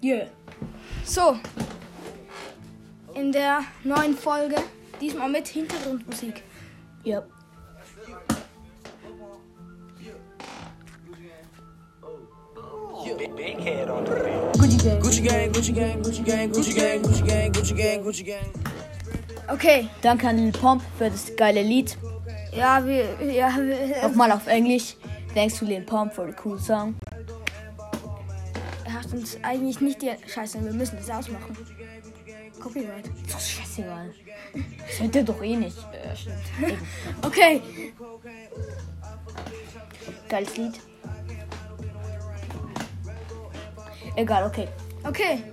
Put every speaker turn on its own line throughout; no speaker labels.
Yeah.
So, in der neuen Folge, diesmal mit Hintergrundmusik.
Yep.
Big head on the
Gucci Gang.
Gucci gang, Gucci gang, Gucci gang, Gucci gang, Gucci gang, Gucci gang, Gucci gang.
Okay,
Danke an Lil Pump für das geile Lied.
ja, wir, ja, wir,
Nochmal auf Englisch. Thanks to Lil Pump for the cool song.
er hat uns eigentlich nicht die Scheiße, wir müssen das ausmachen. Copyright.
Ist doch scheißegal. Das hört ihr doch eh nicht. Äh, stimmt.
Okay,
Geiles Lied. Egal, okay.
okay.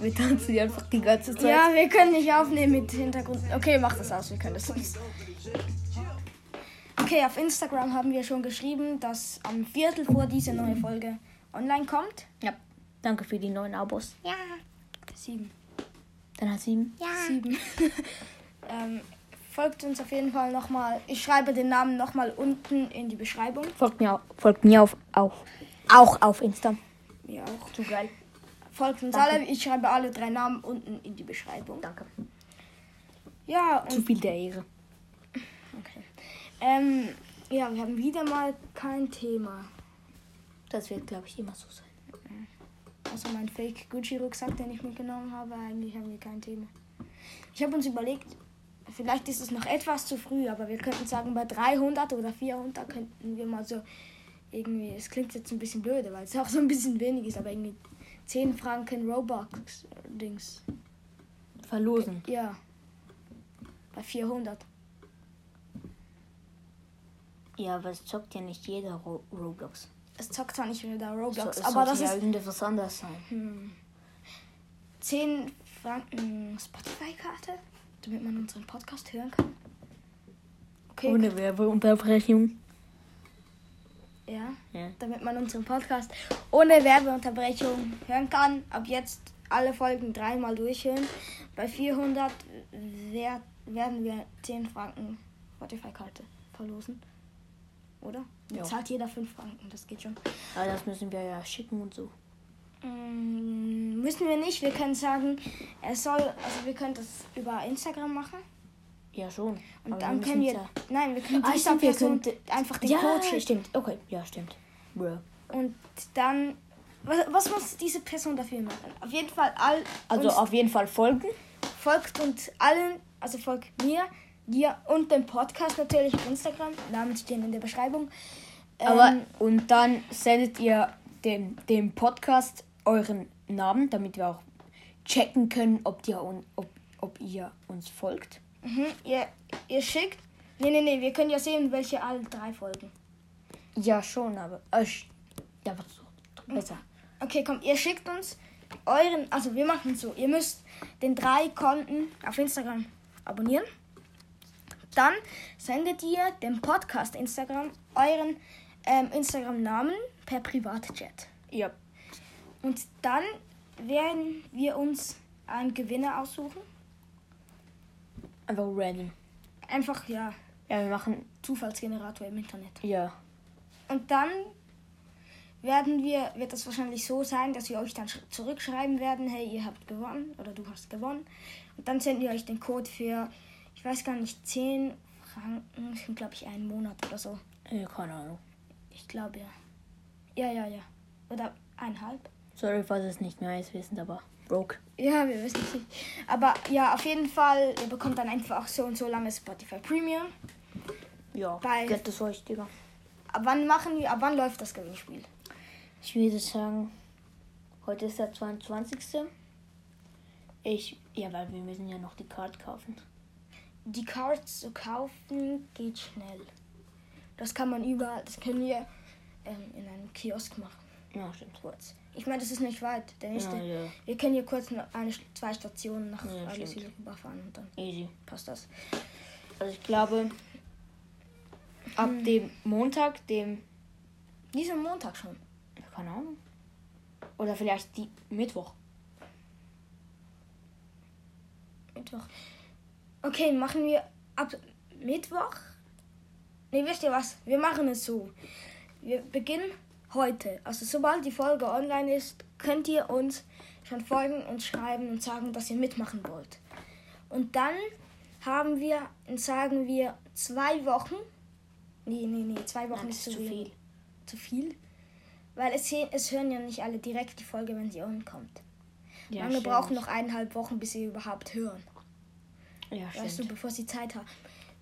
Wir tanzen die einfach die ganze Zeit.
Ja, wir können nicht aufnehmen mit Hintergrund. Okay, mach das aus, wir können das nicht. Okay, auf Instagram haben wir schon geschrieben, dass am Viertel vor diese neue Folge online kommt.
Ja. Danke für die neuen Abos.
Ja. Sieben.
Dann hat sieben. Ja.
Sieben. ähm, folgt uns auf jeden Fall nochmal. Ich schreibe den Namen nochmal unten in die Beschreibung.
Folgt mir, au- folgt mir auf, auf, auch auf Insta.
Mir auch.
Zu geil.
Folgt uns alle. Ich schreibe alle drei Namen unten in die Beschreibung.
Danke.
Ja,
Zu
und
viel der Ehre.
okay. ähm, ja, wir haben wieder mal kein Thema.
Das wird, glaube ich, immer so sein.
Außer mein Fake Gucci-Rucksack, den ich mitgenommen habe, eigentlich haben wir kein Thema. Ich habe uns überlegt, vielleicht ist es noch etwas zu früh, aber wir könnten sagen, bei 300 oder 400 könnten wir mal so irgendwie, es klingt jetzt ein bisschen blöde, weil es auch so ein bisschen wenig ist, aber irgendwie 10 Franken Robux-Dings.
Verlosen.
Ja. Bei 400.
Ja, aber es zockt ja nicht jeder Ro Roblox.
Es zockt zwar nicht wieder
So- also-
Robux,
es
aber
sollte
das
ja
ist
irgendetwas anderes sein.
10 Franken Spotify-Karte, damit man unseren Podcast hören kann. Okay,
Ohne Werbeunterbrechung.
ja.
Ja.
damit man unseren Podcast ohne Werbeunterbrechung hören kann. Ab jetzt alle Folgen dreimal durchhören. Bei 400 wer werden wir 10 Franken Spotify-Karte verlosen. Oder?
Ja.
Zahlt jeder 5 Franken, das geht schon.
Aber das müssen wir ja schicken und so.
Mm, müssen wir nicht. Wir können sagen, es soll, also wir können das über Instagram machen.
Ja, schon.
Und
Aber
dann
müssen
können wir,
ja-
nein, wir können
Ah,
dieser
stimmt, wir
Person
könnten-
einfach den
ja,
Code schicken.
stimmt. Okay, ja, stimmt. Bro.
Und dann. Was, was muss diese Person dafür machen? Auf jeden Fall all
Also
uns
auf jeden Fall folgen.
folgt uns allen, also folgt mir, dir und dem Podcast natürlich auf Instagram. Namen stehen in der Beschreibung.
Aber
Ähm,
und dann sendet ihr dem, dem Podcast euren Namen, damit wir auch checken können, ob, ihr un, ob, ob ihr uns folgt.
mhm, ihr, ihr schickt. Nee, nee, nee, wir können ja sehen, welche alle drei folgen.
Ja, schon, aber. Äh, sch- ja, aber so. Besser.
Okay, komm, ihr schickt uns euren. Also, wir machen es so. Ihr müsst den drei Konten auf Instagram abonnieren. Dann sendet ihr dem Podcast Instagram euren ähm, Instagram-Namen per Privatchat.
Ja.
Und dann werden wir uns einen Gewinner aussuchen.
Einfach random.
Einfach, ja,
Ja, wir machen.
Zufallsgenerator im Internet.
Ja.
Und dann werden wir, wird das wahrscheinlich so sein, dass wir euch dann sch- zurückschreiben werden, hey, ihr habt gewonnen oder du hast gewonnen. Und dann senden wir euch den Code für, ich weiß gar nicht, 10 Franken, das sind glaube ich einen Monat oder so.
Äh, keine Ahnung.
Ich glaube ja. Ja, ja, ja. Oder eineinhalb.
Sorry, falls es nicht nice wissen, aber. Broke.
Ja, wir wissen es nicht. Aber ja, auf jeden Fall, ihr bekommt dann einfach so und so lange Spotify Premium.
Ja.
Bei-
Geht das euch, Digga.
Ab wann machen wir, ab wann läuft das Gewinnspiel?
Ich würde sagen, heute ist der 22. Ich, ja, weil wir müssen ja noch die Card kaufen.
Die Cards zu kaufen geht schnell. Das kann man überall, das können wir ähm, in einem Kiosk machen.
Ja, stimmt.
Kurz. Ich meine, das ist nicht weit. Der nächste.
Ja, ja.
Wir können hier kurz noch eine, zwei Stationen nach
Ja,
ja,
stimmt.
rüberfahren und dann
Easy.
passt das.
Also ich glaube, ab
Hm.
dem Montag, dem,
Diesen Montag schon.
keine Ahnung, oder vielleicht die Mittwoch.
Mittwoch. Okay, machen wir ab Mittwoch. Ne, wisst ihr was? Wir machen es so. Wir beginnen heute. Also sobald die Folge online ist, könnt ihr uns schon folgen und schreiben und sagen, dass ihr mitmachen wollt. Und dann haben wir, sagen wir, zwei Wochen. Nee, nee, nee, zwei Wochen
Nein,
ist, zu viel. Zu viel? Weil es, he- es hören ja nicht alle direkt die Folge, wenn sie online kommt.
Ja,
Lange
stimmt.
brauchen noch eineinhalb Wochen, bis sie überhaupt hören.
Ja,
Weißt du,
stimmt.
bevor sie Zeit haben.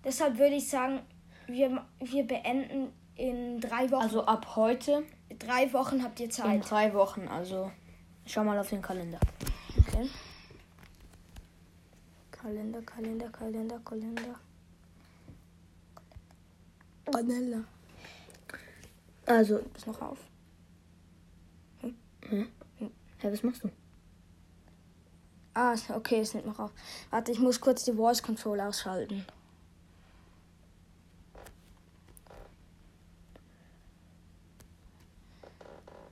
Deshalb würde ich sagen, wir, wir beenden in drei Wochen.
Also ab heute
drei Wochen habt ihr
in
Zeit.
drei Wochen. Also schau mal auf den Kalender.
Genau. Kalender, Kalender, Kalender, Kalender. Kalender.
Also,
Ist noch auf.
hä, was machst du?
Ah, ist- okay, es nimmt noch auf. Warte, ich muss kurz die Voice Control ausschalten.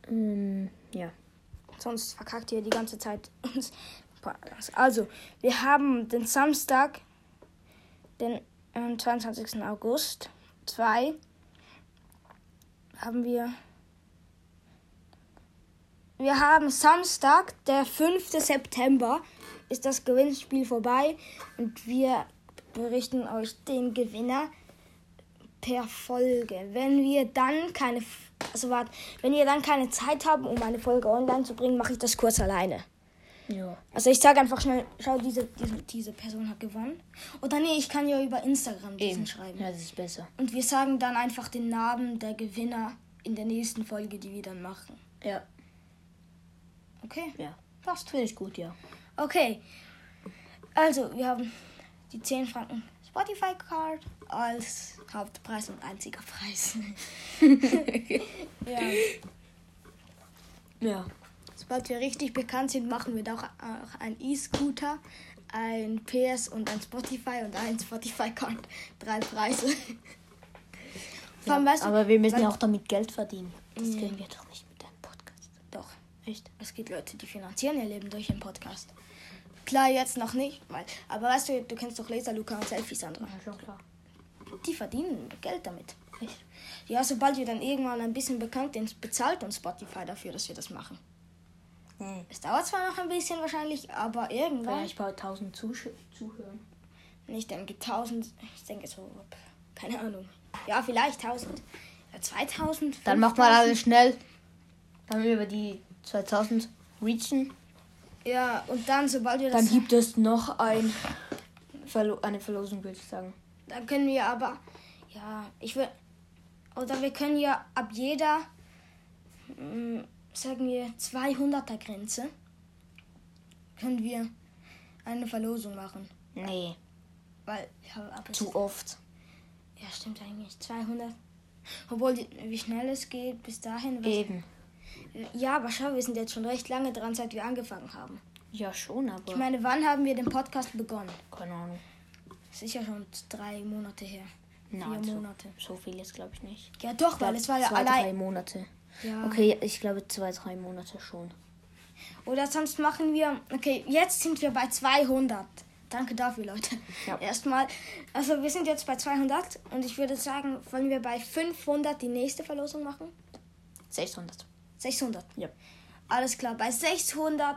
Ähm, ja.
Sonst verkackt ihr die ganze Zeit uns. Also, wir haben den Samstag, den ähm, 22. August, 2, haben wir. Wir haben Samstag, der 5. September, ist das Gewinnspiel vorbei und wir berichten euch den Gewinner per Folge. Wenn wir dann keine, F- also wart, wenn wir dann keine Zeit haben, um eine Folge online zu bringen, mache ich das kurz alleine.
Ja.
Also ich sage einfach schnell, schau, diese, diese, diese Person hat gewonnen. Oder nee, ich kann ja über Instagram diesen
Eben.
schreiben.
Ja, das ist besser.
Und wir sagen dann einfach den Namen der Gewinner in der nächsten Folge, die wir dann machen.
Ja.
Okay?
Ja. Passt, finde ich gut, ja.
Okay. Also, wir haben die 10 Franken Spotify Card als Hauptpreis und einziger Preis. ja.
Ja.
Sobald wir richtig bekannt sind, machen wir doch auch einen E-Scooter, ein PS und ein Spotify und ein Spotify Card. Drei Preise. Vor allem, weißt du,
Aber wir müssen
weil-
ja auch damit Geld verdienen. Das können wir doch nicht mit deinem Podcast.
Doch.
Echt?
Es gibt Leute, die finanzieren ihr Leben durch den Podcast. Klar, jetzt noch nicht, weil, aber weißt du, du kennst doch Laser Luca und Selfies, Sandra.
Ja, schon klar.
Die verdienen Geld damit.
Echt?
Ja, sobald wir dann irgendwann ein bisschen bekannt sind, bezahlt uns Spotify dafür, dass wir das machen.
Hm.
Es dauert zwar noch ein bisschen wahrscheinlich, aber irgendwann.
Vielleicht bei 1000 Zusch Zuhörern.
Ich denke 1000, ich denke so, keine Ahnung. Ja, vielleicht 1000. Ja, 2000.
Dann macht mal
5000.
alles schnell. Damit wir über die 2000 reachen.
Ja, und dann, sobald wir das.
Dann gibt es noch ein Verlo eine Verlosung, würde ich sagen.
Dann können wir aber, ja, ich will, oder wir können ja ab jeder, mm, sagen wir, 200er Grenze, können wir eine Verlosung machen.
Nee,
Weil, ja, aber es-
zu oft.
ja stimmt eigentlich, 200. Obwohl, die, wie schnell es geht bis dahin. was-
Eben.
Äh, Ja, aber schau, wir sind jetzt schon recht lange dran, seit wir angefangen haben.
Ja, schon, aber.
Ich meine, wann haben wir den Podcast begonnen?
keine Ahnung.
Sicher schon drei Monate her.
Nein,
vier
so,
Monate.
also, so viel jetzt glaube ich nicht.
Ja, doch,
Ich
weil
glaub,
es war ja
zwei, drei
allein.
Monate.
Ja.
Okay, ich glaube zwei, drei Monate schon.
Oder sonst machen wir. Okay, jetzt sind wir bei 200. Danke dafür, Leute.
Ja.
Erstmal. Also, wir sind jetzt bei 200 und ich würde sagen, wollen wir bei 500 die nächste Verlosung machen?
600.
600.
Ja.
Alles klar, bei 600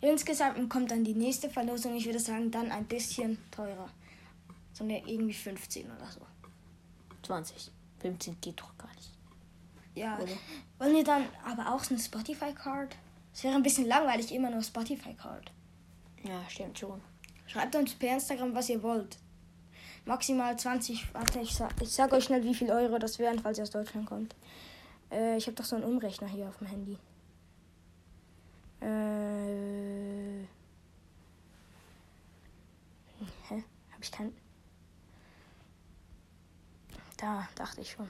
insgesamt kommt dann die nächste Verlosung. Ich würde sagen, dann ein bisschen teurer. So eine irgendwie 15 oder so.
20. 15 geht doch gar nicht.
Ja.
Oder?
Wollen wir dann aber auch so eine Spotify-Card? Es wäre ein bisschen langweilig, immer nur Spotify-Card.
Ja, stimmt schon.
Schreibt uns per Instagram, was ihr wollt. Maximal 20. Warte, ich sag, ich sag euch schnell, wie viel Euro das wären, falls ihr aus Deutschland kommt. Äh, ich habe doch so einen Umrechner hier auf dem Handy. Äh. Hä? Hab ich keinen. Da, dachte ich schon.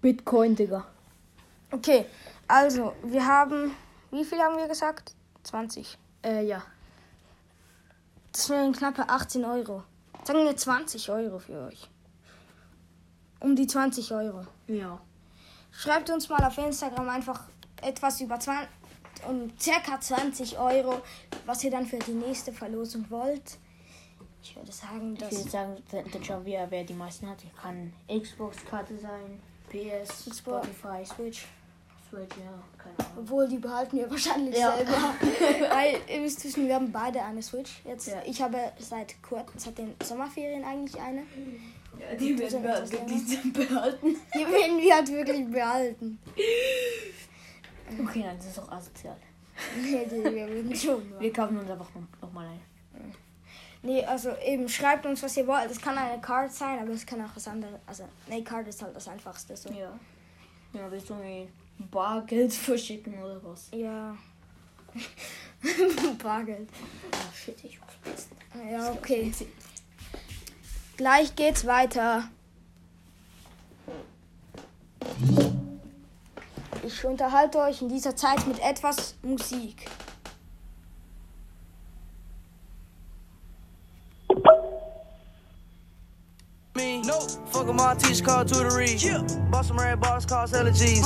Bitcoin, Digga.
Okay, also, wir haben. Wie viel haben wir gesagt? 20.
Äh, ja.
Das wären knappe 18 Euro. Sagen wir 20 Euro für euch. Um die 20 Euro.
Ja.
Schreibt uns mal auf Instagram einfach etwas über 20, um circa 20 Euro, was ihr dann für die nächste Verlosung wollt. Ich würde sagen,
Ich würde
dass.
sagen, dann dann schauen wir, wer die meisten hat. Kann Xbox-Karte sein. PS,
Spo-
Spotify,
Switch.
Switch, ja, keine Ahnung.
Obwohl, die behalten wir wahrscheinlich
Ja.
selber. Weil, ihr müsst wissen, wir haben beide eine Switch. Jetzt,
Ja.
Ich habe seit kurzem, seit den Sommerferien eigentlich eine.
Ja, die
werden wir- die
behalten.
Die werden wir halt wirklich behalten.
Okay, nein, das ist doch asozial.
Nee, die werden schon.
Wir kaufen uns einfach noch- noch mal ein.
Nee, also eben, schreibt uns, was ihr wollt. Es kann eine Card sein, aber es kann auch was anderes. Also, nee, Card ist halt das einfachste. So.
Ja. Ja, willst du mir Bargeld verschicken oder was?
Ja. Bargeld.
Ah, shit, ich
Ja, okay. Gleich geht's weiter. Ich unterhalte euch in dieser Zeit mit etwas Musik.
Me, no. Fuck a Maltese call tutory. Yeah. Bought some red bars, call allergies.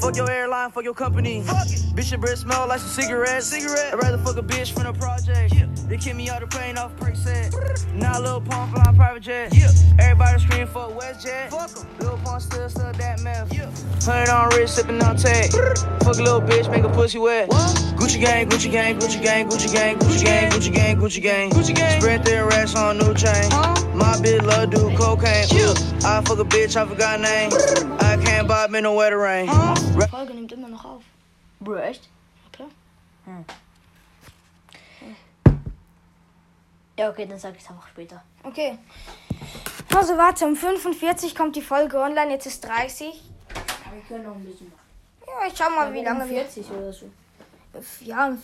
Fuck your airline, fuck your company. Fuck Bitch, your breath smell like some cigarettes. Cigarette. I'd rather fuck a bitch from the project. Yeah. They kick me out the plane off prick set. now Lil Pump flying private jet. Yeah. Everybody scream for WestJet. Fuck 'em. Lil Pump still stuck that meth. Yeah. Hundred on wrist, sipping on tech. fuck a little bitch, make a pussy wet. Gucci gang, Gucci gang, Gucci gang, Gucci gang, Gucci gang, Gucci gang, Gucci gang. Gucci gang. Spread their racks on new chain. My bitch love do cocaine. I fuck a bitch, I forgot name. I can't buy me no wedding ring.
Die Folge nimmt immer noch auf.
Bro, echt?
Klar. Hm.
Ja, okay, dann sag ich es einfach später.
Okay. Also warte, um 45 kommt die Folge online, jetzt ist 30.
Aber wir können noch ein bisschen machen.
Ja, ich schau mal, wie lange wir.
40 oder so.
Ja,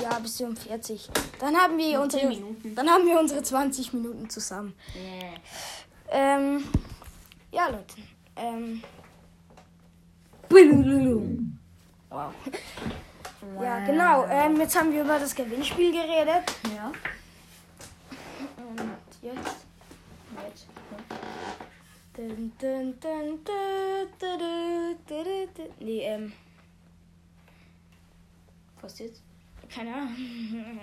ja, bis um 40. Dann haben wir unsere.
Minuten.
Dann haben wir unsere 20 Minuten zusammen.
Yeah.
Ähm, ja, Leute. Ähm, wow. Ja, genau. Ähm, jetzt haben wir über das Gewinnspiel geredet.
Ja.
Und jetzt. Dun, dun, dun, dun, dun, dun, dun, dun, dun. Nee, ähm,
Was jetzt?
keine Ahnung.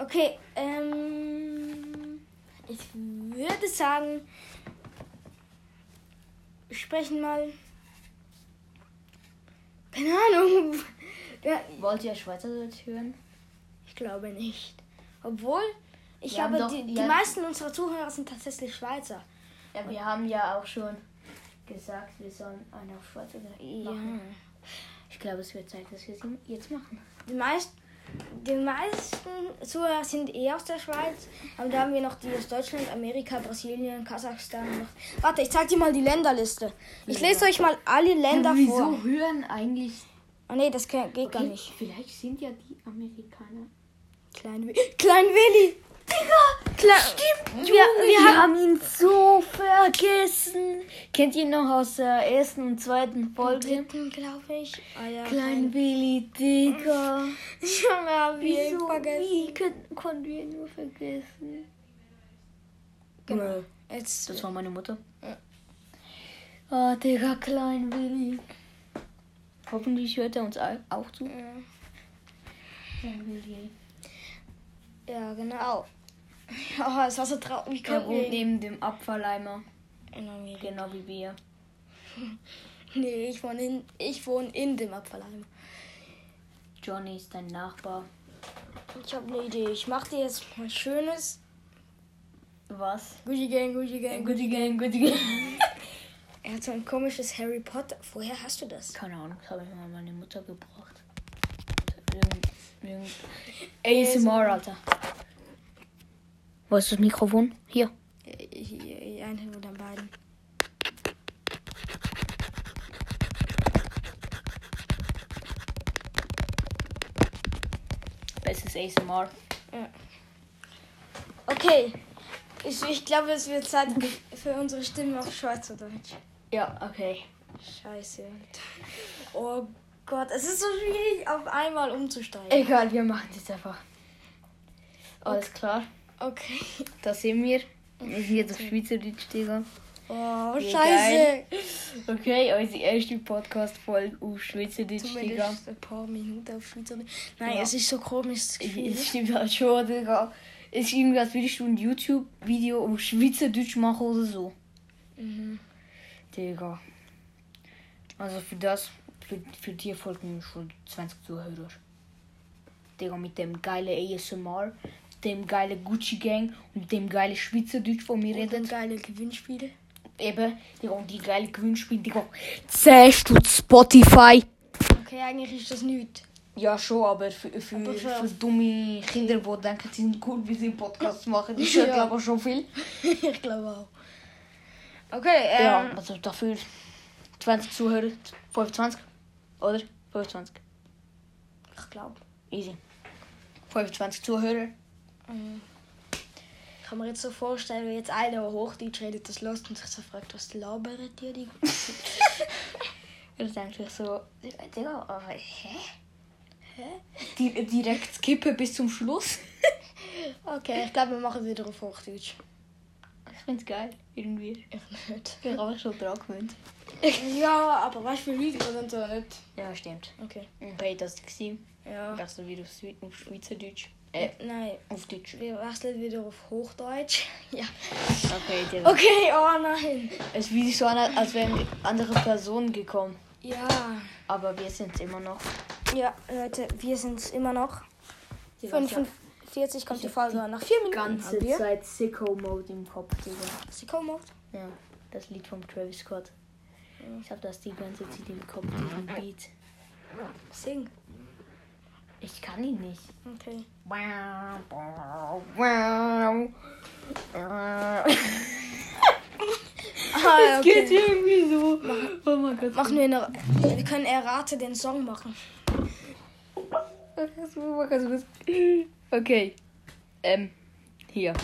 Okay, ähm, ich würde sagen, wir sprechen mal. Keine Ahnung. Ja,
Wollt ihr Schweizerdeutsch hören?
Ich glaube nicht. Obwohl, ich
Wir haben
habe
doch-
die, die
ja.
meisten unserer Zuhörer sind tatsächlich Schweizer.
Ja, wir haben ja auch schon gesagt, wir sollen eine auf Schweizerdeutsch machen. Ich glaube, es wird Zeit, dass wir sie jetzt machen.
Die, meist, die meisten Zuhörer sind eh aus der Schweiz. Aber da haben wir noch die aus Deutschland, Amerika, Brasilien, Kasachstan. Noch. Warte, ich zeig dir mal die Länderliste. Ich lese euch mal alle Länder vor.
hören eigentlich...
Oh nee, das kann, geht gar nicht.
Vielleicht sind ja die Amerikaner...
Klein, Wi- Klein Willi. Digga, Klein, stimmt. Wir, wir haben,
ihn so vergessen. Kennt ihr noch aus der ersten und zweiten Folge?
dritten, glaube ich. Ah, ja,
Klein Willi, Digga.
Schon mal
Wieso?
vergessen.
Wie können, konnten wir ihn nur vergessen?
Genau. Jetzt
Das war meine Mutter. Ah, Digga, Klein Willi. Hoffentlich hört er uns all- auch zu.
äh,
Klein Willi.
Ja, genau. Oh, es war so traurig. Wie
Er
konnten
wohnt
wir ihn?
neben dem Abfalleimer.
in Amerika?
Genau wie wir.
Nee, ich wohne in, ich wohne in dem Abfallheim.
Johnny ist dein Nachbar.
Ich habe eine Idee. Ich mache dir jetzt mal schönes
Was?
Gucci Gang, Gucci Gang.
Äh, Goodie Gang, Goodie Gang.
Er hat so ein komisches Harry Potter. Woher hast du das?
Keine Ahnung, das habe ich mal meine Mutter gebracht. Irgend- irgend- ASMR, Alter. Wo ist das Mikrofon? Hier.
Äh, Hier, einen oder beiden.
Bestes ASMR.
Okay. Ich, ich glaube, es wird Zeit für unsere Stimme auf Schweizerdeutsch.
Ja, okay.
Scheiße. Oh Gott, es ist so schwierig, auf einmal umzusteigen.
Egal, wir machen das einfach. Alles klar.
Okay.
Da sind wir. Wir sind jetzt auf Schweizerdeutsch, Digga.
Oh,
Wie
scheiße.
Okay, unsere erste Podcast-Folge auf Schweizerdeutsch, Digga.
Zumindest ein paar Minuten auf Schweizerdeutsch. Nein,
Ja.
es ist so komisch.
Es stimmt halt schon, Digga. Es stimmt, als würdest du ein YouTube-Video auf Schweizerdeutsch machen oder so.
Mhm.
Digga. Also für das, für, für die folgen schon 20 Zuhörer. Digga, mit dem geile ASMR, dem geile Gucci Gang und dem geile Schweizerdeutsch von mir
Und dann
redet.
geile Gewinnspiele.
Eben, Digga, und die geile Gewinnspiele, Digga. Zählst du Spotify?
Okay, eigentlich ist das nichts.
Ja, schon, aber für, für,
Aber
für,
für-
dumme Kinder, die denken, sie sind cool, wie sie Podcasts machen, die ja.
Ja.
glaube ich schon viel.
ich glaube auch. Okay, ähm,
Ja, also dafür 20 Zuhörer, 25, oder? 25,
ich glaube.
easy. 25 Zuhörer.
Ich kann mir jetzt so vorstellen, wenn jetzt einer, der Hochdeutsch redet, das lässt und sich so fragt, was labert ihr die?
Er denkt sich so, Digga, aber hä? Hä? Di direkt skippen bis zum Schluss.
Okay, ich glaube, wir machen wieder auf Hochdeutsch.
Ich find's geil, irgendwie.
Ich nicht.
Ich habe mich schon dran gewöhnt.
ja, aber weißt du, wie Leute die sind so nicht?
Ja, stimmt.
Okay.
Okay, das war
Ja.
Das wieder auf Schwe- auf Schweizerdeutsch. Äh,
Nein,
auf Deutsch.
wir wechseln wieder auf Hochdeutsch. ja.
Okay, Digga.
Okay, oh nein.
Es fühlt sich so an, als wären andere Personen gekommen.
Ja.
Aber wir sind immer noch.
Ja, Leute, wir sind immer noch.
Die
45 kommt die Folge nach 4 Minuten.
ganze
haben wir.
Zeit Sicko-Mode im Kopf, Digga.
Sicko Mode.
Ja, das Lied von Travis Scott. Ich hab das die ganze Zeit im Kopf, diesen Beat.
Sing.
Ich kann ihn nicht.
Okay. Ah,
Geht
okay.
irgendwie so. Oh mein Gott.
Machen wir noch. Wir können errate den Song machen.
Oh Okay. Ähm, hier.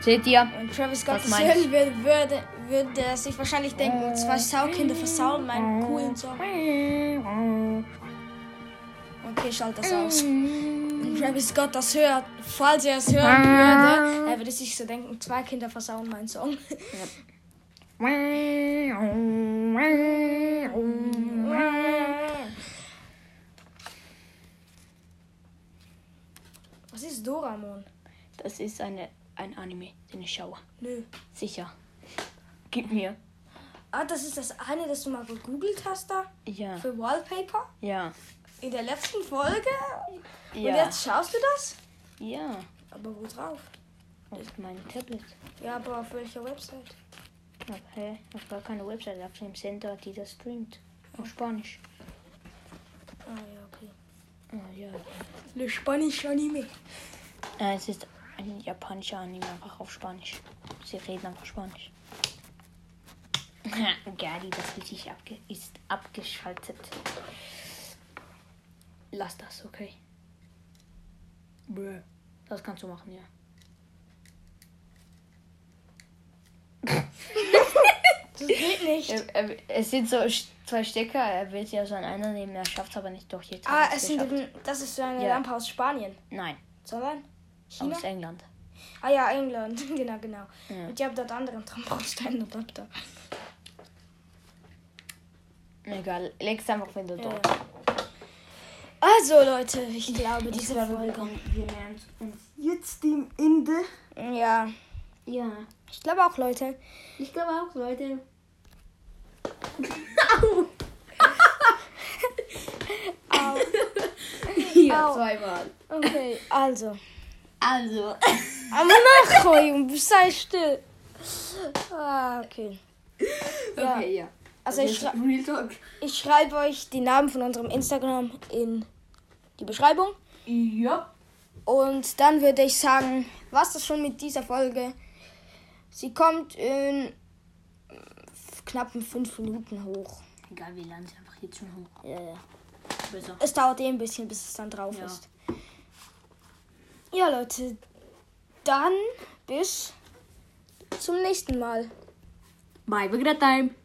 Seht ihr?
Und Travis Scott
Was
das
meinst
hören würde, würde, würde er sich wahrscheinlich denken, zwei Saukinder versauen meinen coolen Song. Okay, schalt das aus. Wenn Travis Scott das hört, falls er es hören würde, er würde sich so denken, zwei Kinder versauen meinen Song. Was ist Doramon?
Das ist eine, ein Anime, den ich schaue.
Nö.
Sicher. Gib mir.
Ah, das ist das eine, das du mal gegoogelt hast da?
Ja.
Für Wallpaper?
Ja.
In der letzten Folge? Und
Ja.
jetzt schaust du das?
Ja.
Aber wo drauf?
Auf meinem Tablet.
Ja, aber auf welcher Website?
Auf, hä? Auf gar keine Website, auf dem Center, die das streamt. Auf Spanisch.
Ah ja, okay.
Ah, ja.
Le Spanisch Anime.
Äh, es ist ein japanischer Anime, einfach auf Spanisch. Sie reden einfach Spanisch. Gary, das richtig abge ist abgeschaltet. Lass das, okay? Bäh. Das kannst du machen, ja.
Das geht nicht.
Er, er, es sind so sch- zwei Stecker, er will sie aus einer nehmen, er schafft es aber nicht durch jetzt.
Ah,
hat er's
es sind,
geschafft.
eben- das ist so eine
Ja.
Lampe aus Spanien,
Nein,
sondern China?
aus England.
Ah ja, England, genau, genau.
Ja.
Und die haben dort anderen Trampolin und da.
Egal, leg's einfach, wenn du
Ja.
dort.
Also Leute, ich glaube, diese Folge.
Wir nähern uns jetzt dem Ende.
Ja,
Ja,
ich glaube auch Leute.
ich glaube auch, Leute.
Au.
zweimal.
Okay, also.
Also,
Aber nachher, Junge, sei still. Ah, okay. Ja.
okay, ja.
Also ich, schrei
Real Talk.
ich schreibe euch die Namen von unserem Instagram in die Beschreibung.
Ja.
Und dann würde ich sagen, was das schon mit dieser Folge. Sie kommt in äh, knappen fünf Minuten hoch.
Egal, wir laden es einfach jetzt schon hoch.
Ja, ja.
Besser.
Es dauert eh ein bisschen, bis es dann drauf
Ja.
ist. Ja, Leute. Dann bis zum nächsten Mal.
Bye, we got time.